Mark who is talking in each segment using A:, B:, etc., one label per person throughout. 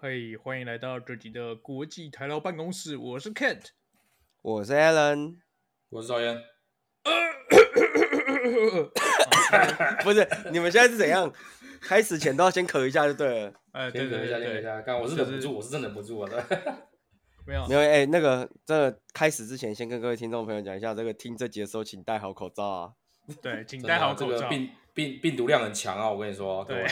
A: 嘿，欢迎来到这集的国际台劳办公室，我是 Kent。
B: 我是 Alan，
C: 我是赵燕，
B: 不是你们现在是 怎样？开始前都要先咳一下就对了。
A: 哎，对
C: 先等
A: 对
C: 一下，先等
A: 对对，
C: 一下，刚我是
A: 就
C: 忍不
A: 是
C: 住，我是真忍不住 我的。
A: 没有
B: 没有哎、那个真的开始之前，先跟各位听众朋友讲一下，这个听这集的时候，请戴好口罩啊。
A: 对，请
C: 真
A: 戴
C: 的
A: 好
C: 这
A: 口罩
C: 个。病病病毒量很强啊！我跟你说，各
A: 对
C: 位，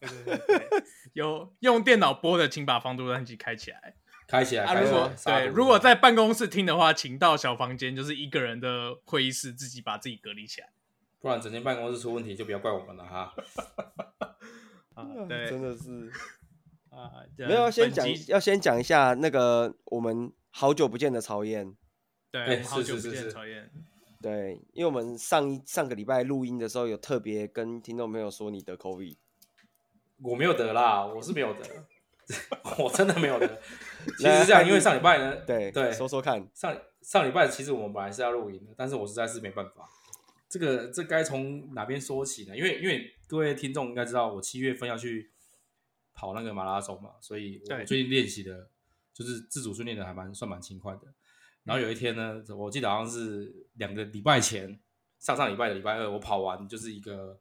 A: 对对对对有用电脑播的，请把防毒单机开起来。
C: 开起来，
A: 啊，
C: 开
A: 如
C: 起
A: 果
C: 来，杀
A: 对，
C: 毒
A: 如果在办公室听的话，请到小房间，就是一个人的会议室，自己把自己隔离起来。
C: 不然整间办公室出问题，就不要怪我们了哈。
A: 啊，
C: 嗯
A: 对
B: 真的是
A: 啊，
B: 没有要先讲
A: 本集，
B: 要先讲一下那个我们好久不见的曹燕。
A: 对，我
C: 哎
A: 们好
C: 是
A: 久
C: 是
A: 不
C: 是
A: 见，
C: 是
A: 曹燕。
B: 对，因为我们上一上个礼拜录音的时候，有特别跟听众朋友说你得 COVID，
C: 我没有得啦，我是没有得， 我真的没有得。其实是这样，因为上礼拜呢，
B: 对
C: 对，
B: 说说看，
C: 上上礼拜其实我们本来是要录影的，但是我实在是没办法。这个这该从哪边说起呢？因为因为各位听众应该知道，我七月份要去跑那个马拉松嘛，所以我
A: 对
C: 我最近练习的，就是自主训练的还蛮算蛮勤快的。然后有一天呢，我记得好像是两个礼拜前，上上礼拜的礼拜二，我跑完就是一个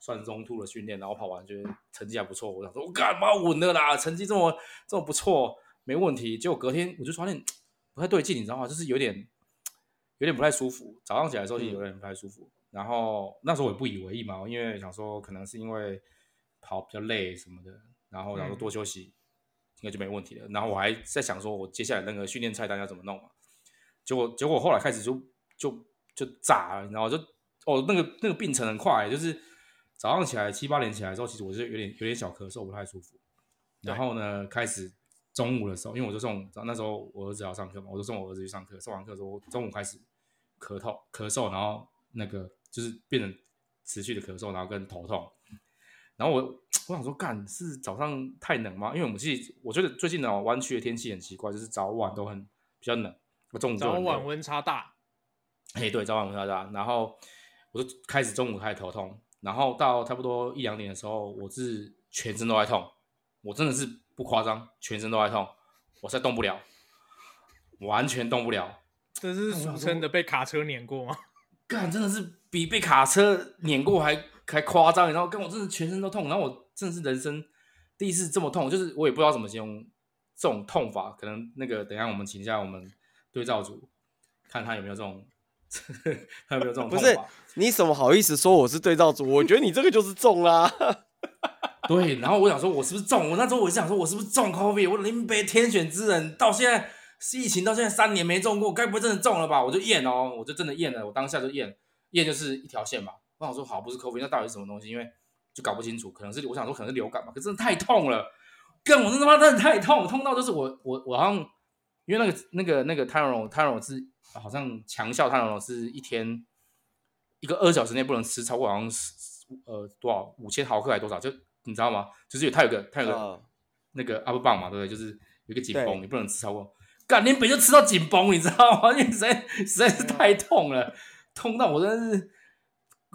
C: 算中途的训练，然后跑完觉得成绩还不错，我想说我干嘛稳的啦，成绩这么这么不错，没问题。结果隔天我就发现不太对劲，你知道吗？就是有点有点不太舒服，早上起来的时候就有点不太舒服。然后那时候我也不以为意嘛，因为想说可能是因为跑比较累什么的，然后想说
A: 嗯
C: 多休息、应该就没问题了。然后我还在想说我接下来那个训练菜单要怎么弄嘛。结果结果后来开始就就就炸了，然后就哦那个那个病程很快，欸就是早上起来七八点起来之后，其实我就有点有点小咳嗽，不太舒服。然后呢，开始中午的时候，因为我就送那时候我儿子要上课嘛，我就送我儿子去上课。上完课之后，中午开始咳痛咳嗽，然后那个就是变成持续的咳嗽，然后跟头痛。然后我我想说，干是早上太冷吗？因为我们其实我觉得最近哦呢，湾区的天气很奇怪，就是早晚都很比较冷，中午就
A: 早
C: 很热
A: 晚温差大，
C: 哎，对，早晚温差大。然后我就开始中午开始头痛，然后到差不多一两点的时候，我是全身都在痛，我真的是不夸张，全身都在痛，我再动不了，完全动不了。
A: 这
C: 哎
A: 是俗称的被卡车碾过吗？
C: 干，真的是比被卡车碾过还还夸张，然后跟我真的全身都痛，然后我真的是人生第一次这么痛，就是我也不知道怎么形容这种痛法，可能那个等一下我们请一下我们对照组，看他有没有这种， 他有没有这种
B: 不
C: 痛
B: 是
C: 法。
B: 你怎么好意思说我是对照组？我觉得你这个就是中啦、
C: 对，然后我想说，我是不是中？我那时候我就想说，我是不是中 COVID？我林北天选之人，到现在疫情到现在三年没中过，该不会真的中了吧？我就验哦，我就真的验了，我当下就验，验就是一条线嘛。我想说，好，不是 COVID，那到底是什么东西？因为就搞不清楚，可能是我想说可能是流感吧，可真的太痛了，干我真他妈真的太痛，痛到就是我我我好像因为那个那个那个泰隆泰隆是好像强效泰隆是一天一个二小时内不能吃超过好像是呃多少五千毫克还多少，就你知道吗？就是有它有个它有个、
B: 啊
C: 那个 up 棒嘛，对不对？就是有一个紧
B: 对
C: 绷，你不能吃超过。干连北就吃到紧绷，你知道吗？因为 实在实在是太痛了，痛到我真的是，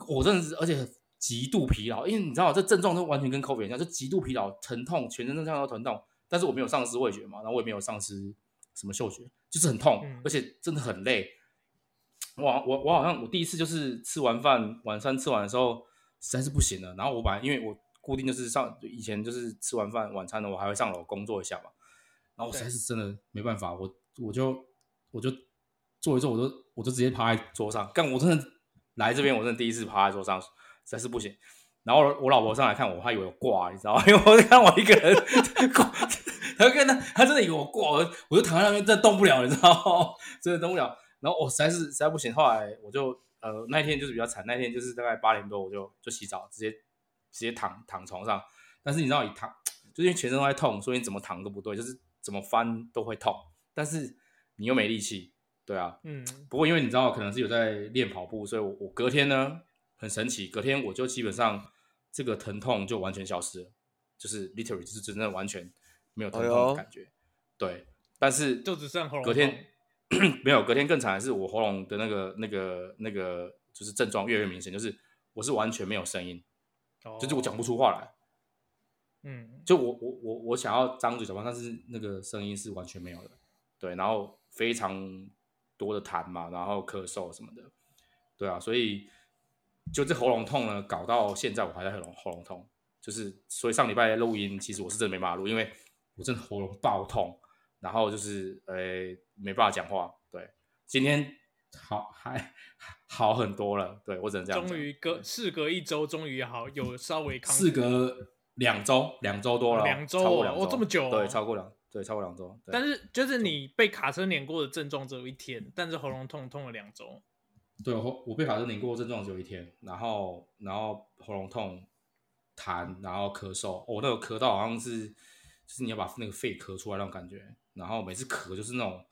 C: 我真的是，而且极度疲劳。因为你知道，这症状都完全跟 COVID 一样，就极度疲劳、疼痛，全身上下都疼痛。但是我没有丧失味觉嘛，然后我也没有丧失什么嗅觉，就是很痛，
A: 嗯
C: 而且真的很累。我好我我好像我第一次就是吃完饭晚餐吃完的时候实在是不行了，然后我本来因为我固定就是上以前就是吃完饭晚餐呢，我还会上楼工作一下嘛，然后我实在是真的没办法，我我就我就坐一坐，我就我就直接趴在桌上，干我真的来这边我真的第一次趴在桌上，实在是不行。然后我老婆上来看我，她以为我挂，你知道吗？因 为我看我一个人挂，她看她，她真的以为我挂，我我就躺在那边，真的动不了，你知道吗？ 真的动不了。然后我实在是实在不行，后来我就呃那一天就是比较惨，那一天就是大概八点多我就就洗澡，直接直接躺躺床上。但是你知道，你躺就是因为全身都在痛，所以你怎么躺都不对，就是怎么翻都会痛，但是你又没力气，对啊，
A: 嗯，
C: 不过因为你知道，可能是有在练跑步，所以我我隔天呢很神奇，隔天我就基本上这个疼痛就完全消失了，就是 literally 就是真的完全没有疼痛的感觉。对，但是
A: 就只剩喉咙
C: 隔
A: 痛
C: 天 没有，隔天更惨的是我喉咙的那个那个那个就是症状越来越明显，就是我是完全没有声音，
A: 哦
C: 就是我讲不出话来。
A: 嗯，
C: 就我我我我想要张嘴讲话，但是那个声音是完全没有的，对，然后非常多的痰嘛，然后咳嗽什么的，对啊，所以就这喉咙痛呢，搞到现在我还在喉咙喉咙痛，就是所以上礼拜录音，其实我是真的没办法录，因为我真的喉咙爆痛，然后就是呃没办法讲话，对，今天好还好很多了，对我只能这样讲，
A: 终于隔事隔一周，终于好有稍微康复。
C: 事隔两周，两周多了，
A: 两周哦
C: 超过两周，
A: 哦这么久哦
C: 对，超过两，对，超过两周。对
A: 但是就是你被卡车碾过的症状只有一天，但是喉咙痛痛了两周。
C: 对我我被卡车拧过症状只有一天，然后然后喉咙痛、痰，然后咳嗽，我、哦、那个咳到好像是就是你要把那个肺咳出来那种感觉，然后每次咳就是那种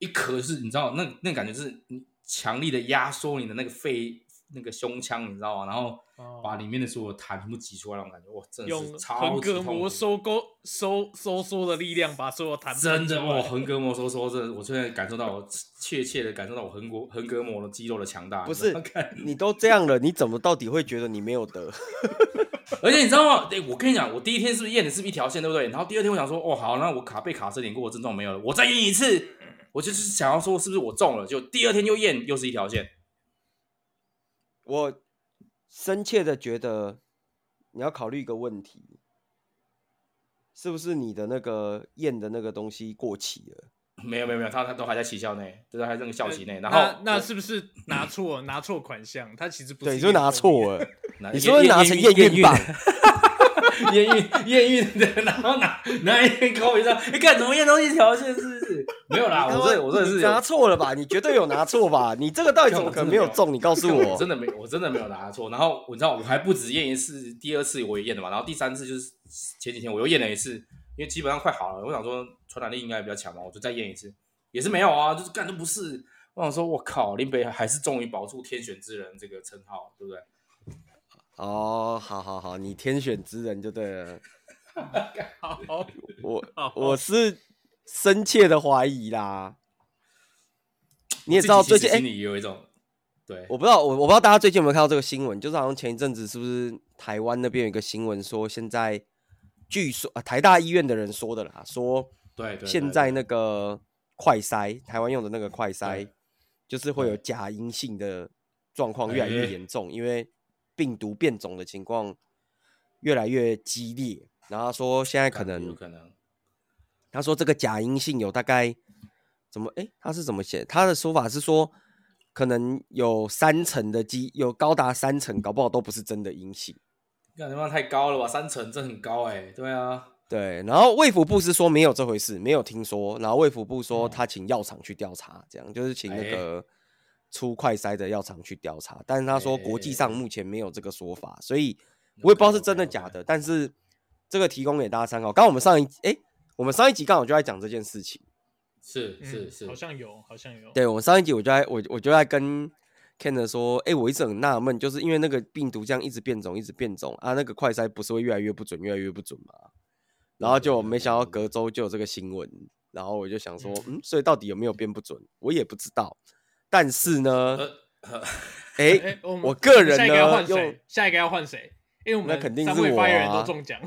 C: 一咳就是你知道那那感觉就是你强力的压缩你的那个肺那个胸腔，你知道吗？然后把里面的所有痰全部挤出来那种感觉，哇，真的
A: 用
C: 是超
A: 横
C: 级
A: 膈
C: 痛
A: 膜
C: 苦
A: 收勾收收缩的力量把所有痰
C: 真的
A: 哦，
C: 哦，横膈膜收缩，真的，我现在感受到，我切切的感受到我横膈横膈膜的肌肉的强大。
B: 不
C: 你知
B: 是
C: 道吗看
B: 你都这样了，你怎么到底会觉得你没有得？
C: 而且你知道吗？哎、我跟你讲，我第一天是不是验的是不是一条线，对不对？然后第二天我想说，哦，好，那我卡被卡车碾过的症状没有了，我再验一次。我就是想要说，是不是我中了？就第二天又验，又是一条线。
B: 我深切的觉得你要考虑一个问题，是不是你的那个验的那个东西过期了？
C: 没有没有没有，他他都还在期效内，就是还在那个效期欸内。然后
A: 呃那那
C: 我
A: 是不是拿错拿错款项？它其实不是
B: 对，
A: 验货。
B: 你是不是拿错了？
C: 拿
B: 你说拿成验孕棒，
C: 验孕验孕的，然后拿拿一根高一上，你看怎么验都是一条线，是不是？没有
B: 啊
C: 啦，我这我这是
B: 你
C: 有
B: 拿错了吧？你绝对有拿错吧？你这个到底怎么可能没有中？你告诉
C: 我
B: 我
C: 真，的没，我真的没有拿错。然后我知道我还不止验一次，第二次我也验了嘛，然后第三次就是前几天我又验了一次，因为基本上快好了，我想说传染力应该比较强嘛，我就再验一次，也是没有啊，就是干都不是。我想说，我靠，林北还是终于保住天选之人这个称号，对不对？
B: 哦，好好好，你天选之人就对了。
A: 好，
B: 我
A: 好
B: 我是深切的怀疑啦。你也知道
C: 自
B: 最
C: 己
B: 近
C: 其实
B: 哎、
C: 心里也有一种，对，
B: 我不知道我我不知道大家最近有没有看到这个新闻，就是好像前一阵子是不是台湾那边有一个新闻说，现在据说、啊、台大医院的人说的啦，说
C: 对对，
B: 现
C: 对
B: 在那个快筛，台湾用的那个快筛
C: 对，
B: 就是会有
C: 对
B: 假阴性的状况越来越
C: 哎
B: 严重，因为病毒变种的情况越来越激烈。然后他说现在可
C: 干
B: 能
C: 有可能，
B: 他说这个假阴性有大概怎么？诶，他是怎么写？他的说法是说，可能有三成的机，有高达三成，搞不好都不是真的阴性。
C: 干他妈太高了吧，三成这很高哎、对啊，
B: 对，然后卫福部是说没有这回事，没有听说。然后卫福部说他请药厂去调查，这样就是请那
C: 哎
B: 个出快筛的药厂去调查。但是他说国际上
C: 哎
B: 目前没有这个说法，所以我也不知道是真的
C: OK，OK，OK
B: 假的。但是这个提供给大家参考。刚刚我们上一诶，我们上一集刚好就在讲这件事情。
C: 是
A: 嗯
C: 是是，
A: 好像有，好像有。
B: 对我上一集我就在我我就在跟 Ken 的说，哎、我一直很纳闷，就是因为那个病毒这样一直变种，一直变种啊，那个快筛不是会越来越不准，越来越不准吗？然
C: 嗯
B: 后就没想到隔周就有这个新闻，然后我就想说，嗯，所以到底有没有变不准，我也不知道。但是呢，
C: 呃
B: 哎、
A: 哎，我们
B: 我个人
A: 下一个要
B: 呢
A: 换，
B: 用
A: 谁？下一个要换谁？因为我们
B: 那肯定是
A: 三位
B: 我
A: 发言人
B: 啊
A: 都中奖。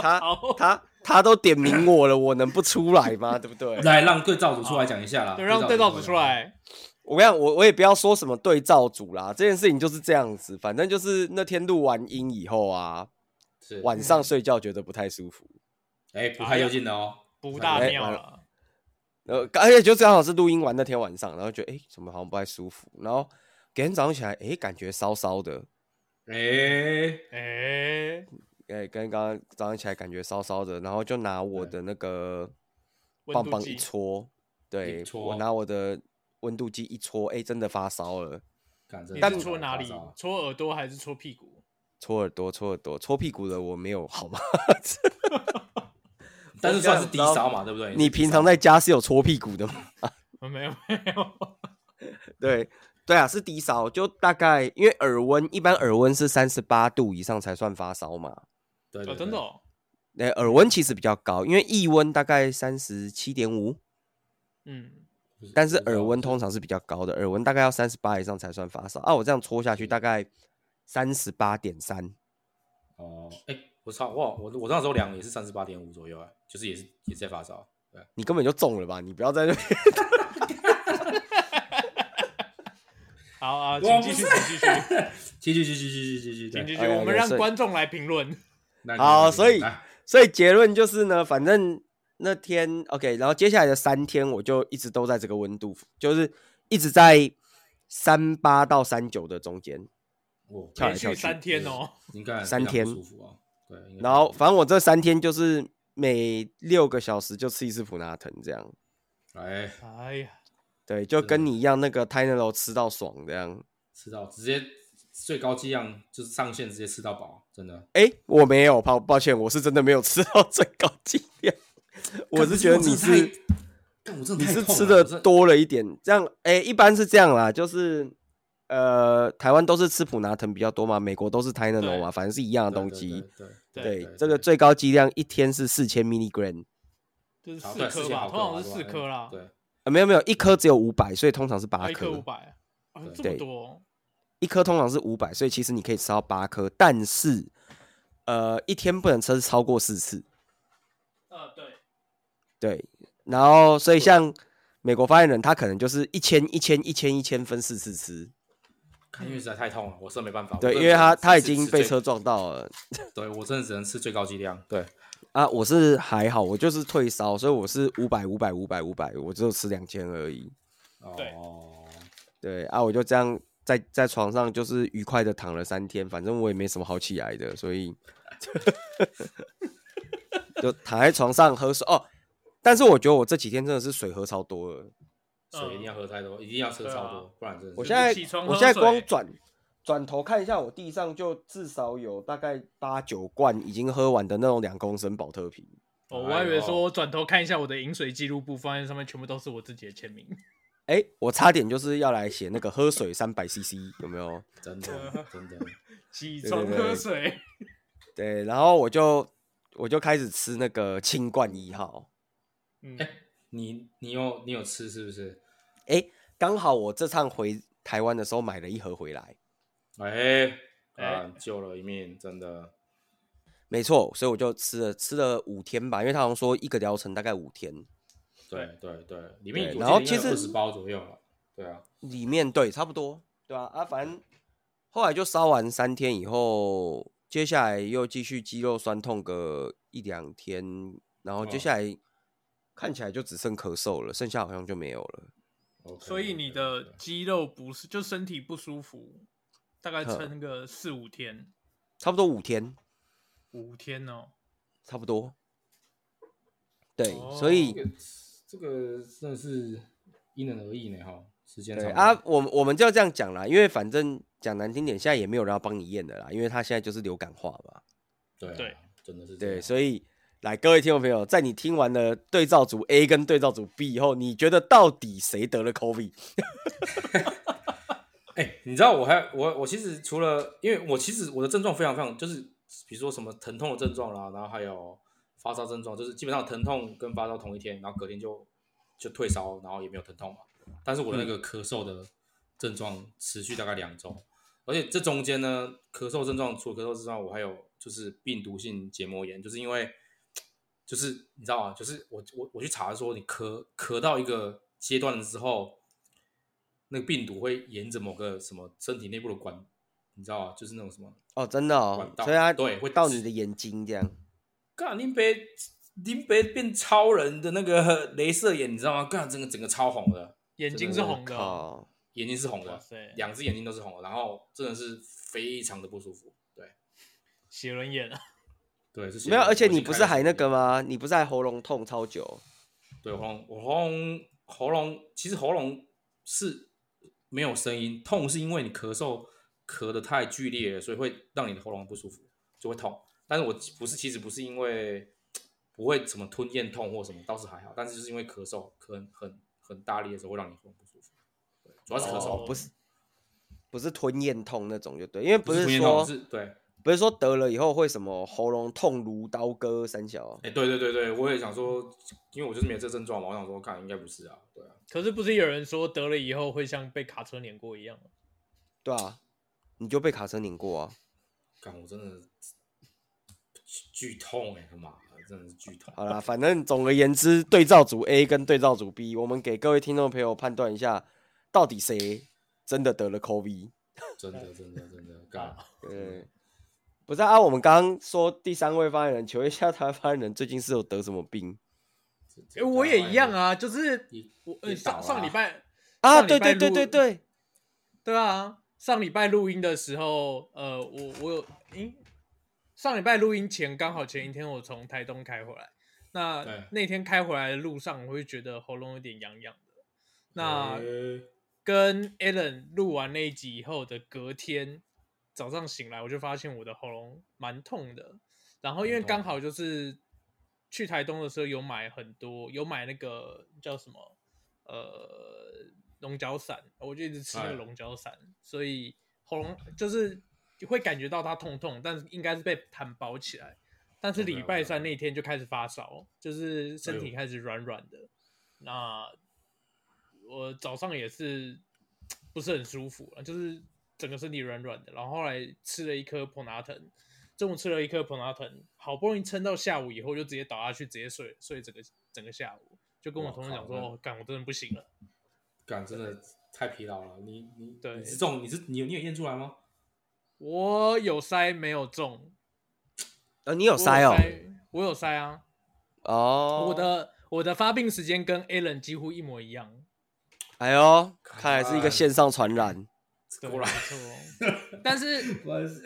B: 他
A: 好，
B: 他他都点名我了，我能不出来吗？对不对？
C: 来让对照组出来讲一下啦，
A: 对，让对照组出
C: 讲一下。
A: 来。
B: 我跟你讲，我我也不要说什么对照组啦，这件事情就是这样子，反正就是那天录完音以后啊，
C: 是
B: 晚上睡觉觉得不太舒服，
C: 哎，不太右进的哦，
A: 不大
B: 哎
A: 妙
B: 完
A: 了。
B: 呃，而且就刚好是录音完那天晚上，然后觉得哎、诶怎么好像不太舒服，然后隔天早上起来，哎、感觉烧烧的，
C: 哎，
A: 哎，
B: 哎、跟刚刚早上起来感觉烧烧的，然后就拿我
C: 对
B: 的那个
A: 温
B: 棒
A: 度
B: 棒
A: 计
B: 一戳，对
C: 戳
B: 我拿我的温度计一戳，哎、真的发烧了，
C: 干这
A: 你
B: 但
A: 是戳哪里？
C: 啊
A: 戳耳朵还是戳屁股？
B: 搓耳朵，搓耳朵，搓屁股的我没有好吗？
C: 但是算是低烧嘛，对不对？
B: 你平常在家是有搓屁股的吗？
A: 呃没有没有，
B: 对对啊，是低烧，就大概因为耳温，一般耳温是三十八度以上才算发烧嘛。
C: 对
A: 哦，真的，哦，
B: 那、呃耳温其实比较高，因为腋温大概三十七点五，
A: 嗯，
C: 对
B: 但是哦耳温通常是比较高的，耳温大概要三十八以上才嗯算发烧啊。我这样搓下去大概三十八点三，
C: 哦，哎，我操，哇，我我那时候量也是三十八点五左右啊，就是也是也是在发烧。对，
B: 你根本就中了吧？你不要在那边
A: 好啊，
C: 我
A: 请
C: 不
A: 继续，
C: 是
A: 请继续，
C: 继续继续继续继续
A: 请
C: 继
A: 继
C: 续。
A: 续，
B: 哎呀
A: 我们让
B: 有事
A: 观众来评论。
C: 那你
B: 好
C: 来
B: 所以
C: 来
B: 所以结论就是呢，反正那天 OK，然后接下来的三天我就一直都在这个温度，就是一直在三八到三九的中间。
C: 我
B: 跳来
A: 连
B: 跳
A: 续
B: 去
A: 三天哦，
C: 应该
B: 三天
C: 非常不舒服啊。对，应该
B: 然后反正我这三天就是每六个小时就吃一次普拿疼，这样
C: 哎
A: 哎呀，
B: 对，就跟你一样那个 t i n a l o 吃到爽这样。
C: 吃到直接最高剂量就是上限，直接吃到饱，真的。
B: 哎，我没有，抱抱歉，我是真的没有吃到最高剂量，我
C: 干
B: 是觉得你是。，
C: 但我真的
B: 你
C: 太
B: 是
C: 痛
B: 吃
C: 了
B: 的
C: 我真
B: 多了一点，这样哎、一般是这样啦，就是呃，台湾都是吃普拿疼比较多嘛，美国都是 t i n a n o 嘛，
A: 对
B: 反正是一样的东
C: 对
B: 西。
C: 对
A: 对
B: 对，这个最高剂量一天是四千 milligram，
A: 就是
C: 好
A: 四
C: 对
A: 颗
C: 千
A: 吧，
C: 毫
A: 通常
C: 克
A: 是
C: 吧
A: 四颗啦，
C: 对，
B: 啊，没有没有，一颗只有五百，所以通常是
A: 啊
B: 八
A: 一颗五
B: 颗，
A: 百，啊
C: 对
A: 这
B: 对
A: 么多，
B: 一颗通常是五百，所以其实你可以吃到八颗，但是呃，一天不能吃超过四次。
A: 呃，对，
B: 对，然后所以像美国发言人，他可能就是一千一千一千一千分四次吃，
C: 看因为实在太痛了，我真的没办法。
B: 对，
C: 我真
B: 因
C: 的
B: 为他
C: 只
B: 他已
C: 吃吃
B: 经被
C: 最
B: 车，撞到了。
C: 对我真的只能吃最高剂量。对，
B: 啊，我是还好，我就是退烧，所以我是五百五百五百五百，我只有吃两千而已。
A: 对
C: 哦，
B: 对啊，我就这样在在床上就是愉快的躺了三天，反正我也没什么好起来的，所以就躺在床上喝水哦。但是我觉得我这几天真的是水喝超多了，
C: 水一定要喝太多，一定要吃
A: 对
C: 超
A: 啊
C: 多，不然真的
B: 我
C: 是
B: 现在
A: 起床
B: 我
A: 喝
B: 现在光
A: 水
B: 转转头看一下我地上就至少有大概八九罐已经喝完的那种两公升保特瓶。
A: 哦，我
C: 哎
A: 还以为说
C: 呦
A: 我转头看一下我的饮水记录簿，发现上面全部都是我自己的签名。
B: 哎、我差点就是要来写那个喝水三百 CC 有没有？
C: 真
A: 啊
C: 的真的，
A: 起
B: 对
A: 床
B: 对
A: 喝
B: 对
A: 水，
B: 对，然后我就我就开始吃那个清冠一号。
A: 嗯，
C: 你你有你有吃是不是？
B: 哎，刚好我这趟回台湾的时候买了一盒回来，
C: 哎啊
A: 哎，
C: 救了一命，真的。
B: 没错，所以我就吃了吃了五天吧，因为他好像说一个疗程大概五天，
C: 对对对，里面
B: 对然后其实
C: 二十包左右了，对啊，
B: 里面对差不多，对吧、啊？反正后来就烧完三天以后，接下来又继续肌肉酸痛个一两天，然后接
C: 哦
B: 下来看起来就只剩咳嗽了，剩下好像就没有了。
C: OK，
A: 所以你
C: OK，OK，
A: 的肌肉不是就身体不舒服，大概
B: 呵
A: 撑个四五天，
B: 差不多五天，
A: 五天哦。
B: 差不多。对，所以
C: 这个这个真的是因人而异呢哈，时间
B: 对
C: 长
B: 啊，我们我们就要这样讲啦，因为反正讲难听点，现在也没有人要帮你验的啦，因为他现在就是流感化嘛。
C: 对啊
A: 对
C: 真的是
B: 对，啊
C: 以
B: 所以来各位听众朋友，在你听完了对照组 A 跟对照组 B 以后，你觉得到底谁得了 COVID？
C: 哎、你知道我还我我其实除了因为我其实我的症状非常非常就是比如说什么疼痛的症状啦，然后还有发烧症状，就是基本上疼痛跟发烧同一天，然后隔天就就退烧，然后也没有疼痛嘛。但是我的那个咳嗽的症状持续大概两周，而且这中间呢，咳嗽症状除了咳嗽之外，我还有就是病毒性结膜炎，就是因为就是你知道吗？就是我我我去查说，你咳咳到一个阶段之后，那个病毒会沿着某个什么身体内部的管，你知道吗？就是那种什么
B: 哦，真的哦
C: 管，道
B: 所以他
C: 对会
B: 到
C: 直
B: 你的眼睛这样。
C: 干林北林北变超人的那个 镭射眼，你知道吗？干整个整个超红的，
A: 眼睛是
C: 真的
A: 红的哦，
B: 靠，
C: 眼睛是红
A: 哇
C: 的，
A: 塞，
C: 两只眼睛都是红的，然后真的是非常的不舒服。对
A: 写轮眼啊，
C: 对，是
B: 没有，而且你不是还
C: 还
B: 那个？吗？你不是还喉咙痛超久？
C: 对，喉咙我喉咙喉咙其实喉咙是没有声音，痛是因为你咳嗽咳得太剧烈了，所以会让你的喉咙不舒服，就会痛。但是我不是，其实不是因为不会什么吞咽痛或什么，倒是还好。但是就是因为咳嗽咳很很很大力的时候，会让你喉咙不舒服。对，主要是咳
A: 哦
C: 嗽，
B: 不是，不是吞咽痛那种就对，因为不
C: 不是吞咽
B: 说
C: 痛，是对。
B: 不是说得了以后会什么喉咙痛如刀割三小啊，
C: 哎、对对对对，我也想说，因为我就是没有这症状嘛，我想说，看应该不是啊，对啊，
A: 可是不是有人说得了以后会像被卡车碾过一样吗？
B: 对啊，你就被卡车拧过啊。
C: 看我真的剧痛哎、他妈的，真的是剧痛。
B: 好啦，反正总而言之，对照组 A 跟对照组 B，我们给各位听众朋友判断一下，到底谁真的得了 COVID。
C: 真的真的真的干。
B: 对，不是啊，我们刚刚说第三位发言人，求一下台湾发言人最近是有得什么病
A: 哎，我也一样。啊，就是
C: 你
A: 我呃
C: 也
A: 上
C: 倒了
A: 上礼拜
B: 啊？
A: 上礼
B: 对
A: 拜
B: 对对
A: 录
B: 对对，
A: 对啊，上礼拜录音的时候，呃，我我有，诶、上礼拜录音前刚好前一天我从台东开回来，
C: 对
A: 那那天开回来的路上，我会觉得喉咙有点痒痒的。那
C: 哎
A: 跟 Alan 录完那一集以后的隔天早上醒来，我就发现我的喉咙蛮痛的。然后因为
C: 蛮痛
A: 刚好就是去台东的时候有买很多，有买那个叫什么呃龙角散，我就一直吃那
C: 哎
A: 个龙角散，所以喉咙就是会感觉到它痛痛，但是应该是被痰包起来。但是
C: OK，
A: 礼拜
C: OK，OK
A: 三那天就开始发烧，就是身
C: 哎
A: 体
C: 呦
A: 开始软软的。那我早上也是不是很舒服啊，就是整个身体软软的，然后后来吃了一颗普拿疼，中午吃了一颗普拿疼，好不容易撑到下午以后，就直接倒下去，直接睡睡整个整个下午，就跟我
C: 哇
A: 同事讲
C: 靠
A: 说，
C: 那
A: 哦，干，我真的不行了。
C: 干真的太疲劳了。你你
A: 对
C: 你是中你是你有你有验出来吗？
A: 我有塞没有中，
B: 呃，你
A: 我
B: 有
A: 有
B: 塞哦，
A: 我有塞啊，
B: 哦，
A: 我，的我的发病时间跟 Alan 几乎一模一样，
B: 哎呦，看来是一个
C: 看
B: 线上传染，
A: 对，
C: 果
A: 没
C: 然
A: 错，但是
C: 果然是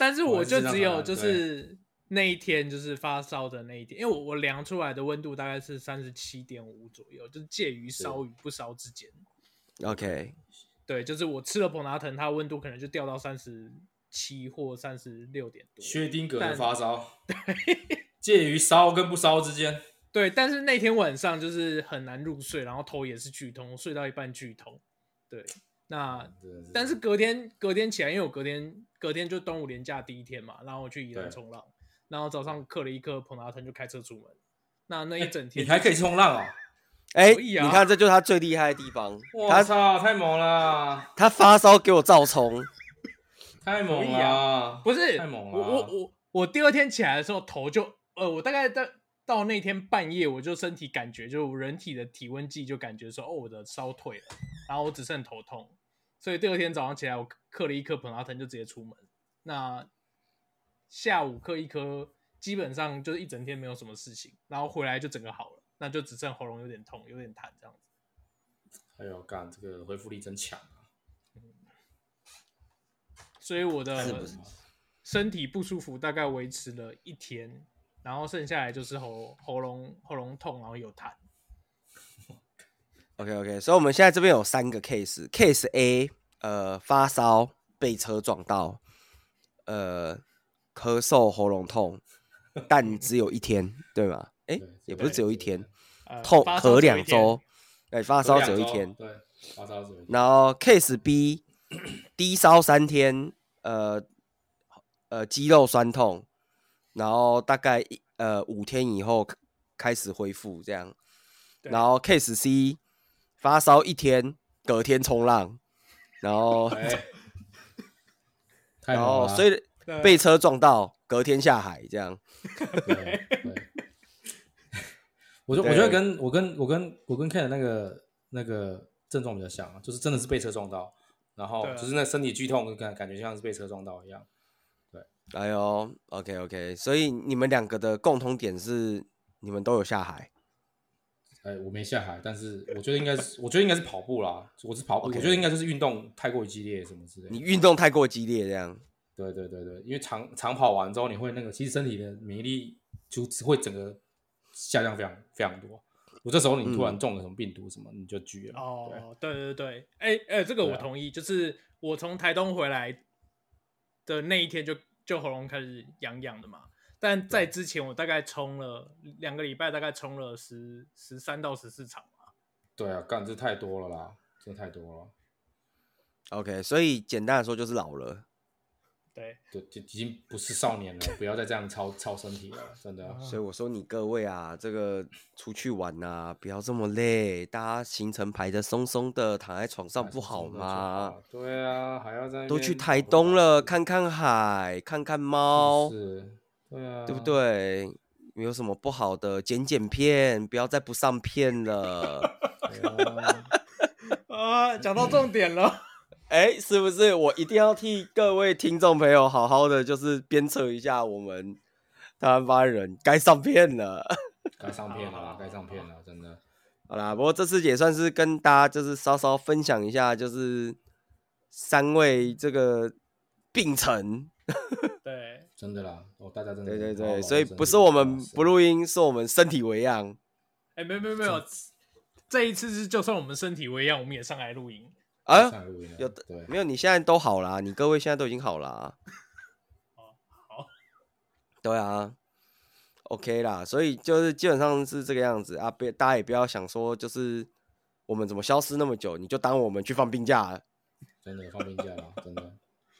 A: 但是
C: 果
A: 我
C: 然是
A: 就
C: 这样
A: 只
C: 的
A: 有
C: 人
A: 就
C: 对
A: 是那一天就是发烧的那一天，因为我我量出来的温度大概是三十七点五左右，就是介于烧与不烧之间。
B: OK，
A: 对，就是我吃了普拿疼，它的温度可能就掉到三十七或三十六点多。
C: 薛定谔的
A: 但
C: 发烧， 介于烧跟不烧之间。
A: 对，但是那天晚上就是很难入睡，然后头也是剧痛，睡到一半剧痛。对，那
C: 真的
A: 但是隔天隔天起来，因为我隔天隔天就端午连假第一天嘛，然后我去宜兰
C: 对
A: 冲浪，然后早上刻了一颗普拿疼就开车出门。那那一整天
C: 你
A: 就
C: 还可以冲 浪哦！
B: 哎、
A: 可以啊
B: 你看这就是他最厉害的地方，
C: 我
B: 他
C: 操，太猛了，
B: 他发烧给我照冲，
C: 太猛
A: 可以啊
C: 了！
A: 不是
C: 太猛了啊
A: 我我我我第二天起来的时候头就呃，我大概到到那天半夜，我就身体感觉就人体的体温计就感觉说哦我的烧退了，然后我只剩头痛，所以第二天早上起来我嗑了一颗普拉疼就直接出门。那下午嗑一颗，基本上就是一整天没有什么事情，然后回来就整个好了，那就只剩喉咙有点痛，有点痰这样子。
C: 哎呦，干这个恢复力真强啊！
A: 所以我的
B: 是不是
A: 身体不舒服大概维持了一天，然后剩下来就是喉喉咙喉咙痛，然后有痰。
B: OK OK，所以我们现在这边有三个 case，case A，呃，发烧被车撞到，呃，咳嗽喉咙 痛，但只有一天，对吧？哎、
C: 对
B: 也不是只有一天，
A: 呃、
B: 痛
A: 发烧
B: 咳
A: 只有
B: 两
A: 一天
B: 周，，哎，发烧
C: 发
B: 只有一天。
C: 对，发烧只有一天。
B: 然后 case B，低烧三天，呃呃，肌肉酸痛，然后大概一呃五天以后开始恢复这样。
A: 对
B: 然后 case C 发烧一天，隔天冲浪，然后
C: 哎， 太
B: 然
C: 猛了
B: 后
C: 啊！
B: 哦所以
A: 对
B: 被车撞到，隔天下海这样。
C: 对对，我就我
B: 对
C: 觉得跟我跟我跟我跟 Ken 的那个那个症状比较像啊，就是真的是被车撞到，然后
A: 对啊
C: 就是那身体剧痛，跟感感觉像是被车撞到一样。
B: 哎呦，OK OK，所以你们两个的共同点是你们都有下海。
C: 哎，我没下海，但是我觉得应该是，我觉得应该是跑步啦。我是跑步
B: OK
C: 我觉得应该就是运动太过于激烈什么之类
B: 你
C: 的。
B: 运动太过激烈，这样
C: 对对对对，因为长长跑完之后，你会那个，其实身体的免疫力就只会整个下降非常非常多。我这时候你突然中了什么病毒什么，你就狙了。对，
A: 哦，对对对，哎哎，这个
C: 对
A: 我
C: 啊
A: 同意，就是我从台东回来的那一天就就喉咙开始痒痒的嘛。但在之前，我大概冲了两个礼拜，大概冲了十十三到十四场吧。
C: 对啊，干这太多了啦，真的太多了。
B: OK，所以简单的说就是老了。
A: 对，
C: 对，就已经不是少年了，不要再这样操操身体了，真的。
B: 所以我说你各位啊，这个出去玩啊，不要这么累，大家行程排的松松的，躺在床上不好吗？？
C: 对啊，还要在那边
B: 都去台
C: 跑步
B: 东了，看看海，看看猫，
C: 是，对啊，
B: 对不？对？没有什么不好的，剪剪片，不要再不上片 了。
A: 啊，讲到重点了，
B: 哎，是不是？我一定要替各位听众朋友好好的，就是鞭策一下我们台湾发言人，该上片了。
C: 该上片了
A: 好好
C: 啦
A: 好，
C: 该上片了，真的。
B: 好啦，不过这次也算是跟大家就是稍稍分享一下，就是三位这个病程，
A: 对，
C: 真的啦，哦，大家真的
B: 对对
C: 好好
B: 对，
C: 玩
B: 所以
C: 身
B: 不
C: 体
B: 是我
C: 好好
B: 们
C: 身
B: 不
C: 体
B: 录音，是我们身体为恙。
A: 哎，没有没有没有，这一次是就算我们身体为恙，我们也上来录音。
B: 啊，
C: 上来录音了
B: 有的
C: 对
B: 没有？你现在都好啦，你各位现在都已经好啦。
A: 好，
B: 对啊，OK 啦，所以就是基本上是这个样子啊，别大家也不要想说就是我们怎么消失那么久，你就当我们去放病假了，
C: 真的放病假了，真的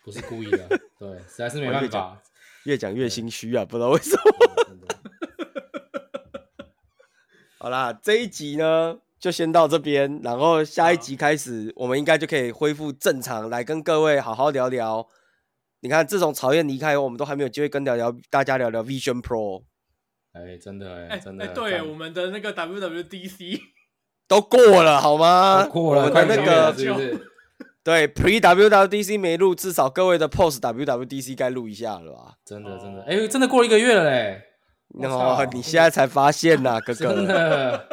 C: 不是故意的，对，实在是没办法，
B: 越讲越心虚啊，不知道为什么。
C: 真的。
B: 好啦，这一集呢就先到这边，然后下一集开始，我们应该就可以恢复正常，来跟各位好好聊聊。你看，自从曹燕离开以后，我们都还没有机会跟聊聊大家聊聊 Vision Pro，
C: 哎，真的，
A: 哎
C: 哎，真
A: 哎，
C: 的，
A: 对，
C: 干
A: 我们的那个 WWDC
B: 都过了好吗？
C: 都过了，
B: 我们
C: 快
B: 的
A: 快
B: 那
C: 点
A: 点
B: 个
C: 了是不是？
B: 对 Pre WWDC 没录，至少各位的 Post WWDC 该录一下了吧？
C: 真的，真的，哎，真的过了一个月了嘞，我
B: 哦
C: 操，
B: 你现在才发现呐、哥
C: 真
B: 哥，
C: 的，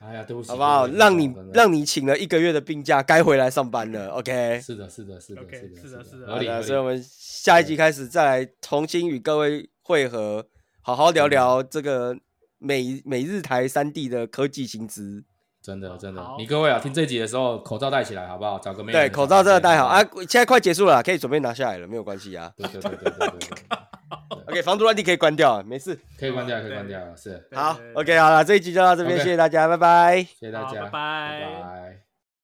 C: 哎呀，对不起，
B: 好不好？
C: 对起
B: 让你
C: 真的
B: 让你请了一个月的病假，该回来上班了，OK？
C: 是的，是的，是的
A: OK，
C: 是
A: 是的
C: 的，
A: 是的
C: 合
B: 好
C: 理，
B: 的，所以
C: 合
B: 我
C: 理
B: 们下一集开始再来重新与各位会合，好好聊聊这个美美日台三地的科技薪资。
C: 真的，真的
A: 好，
C: 你各位啊，听这集的时候，口罩戴起来好不好？找个妹，
B: 对，口罩真的戴好啊！，现在快结束了，可以准备拿下来了，没有关系啊。
C: 对对对对对对对，
B: OK，防毒软体可以关掉，没事。
C: 可以关掉，可以关掉，是，
A: 对
B: 好
A: 对对
B: ，OK，好了，这一集就到这边，
C: OK
B: 谢谢大家，拜拜。
C: 谢谢大
A: 好
C: 家，
A: 拜拜
C: 拜拜。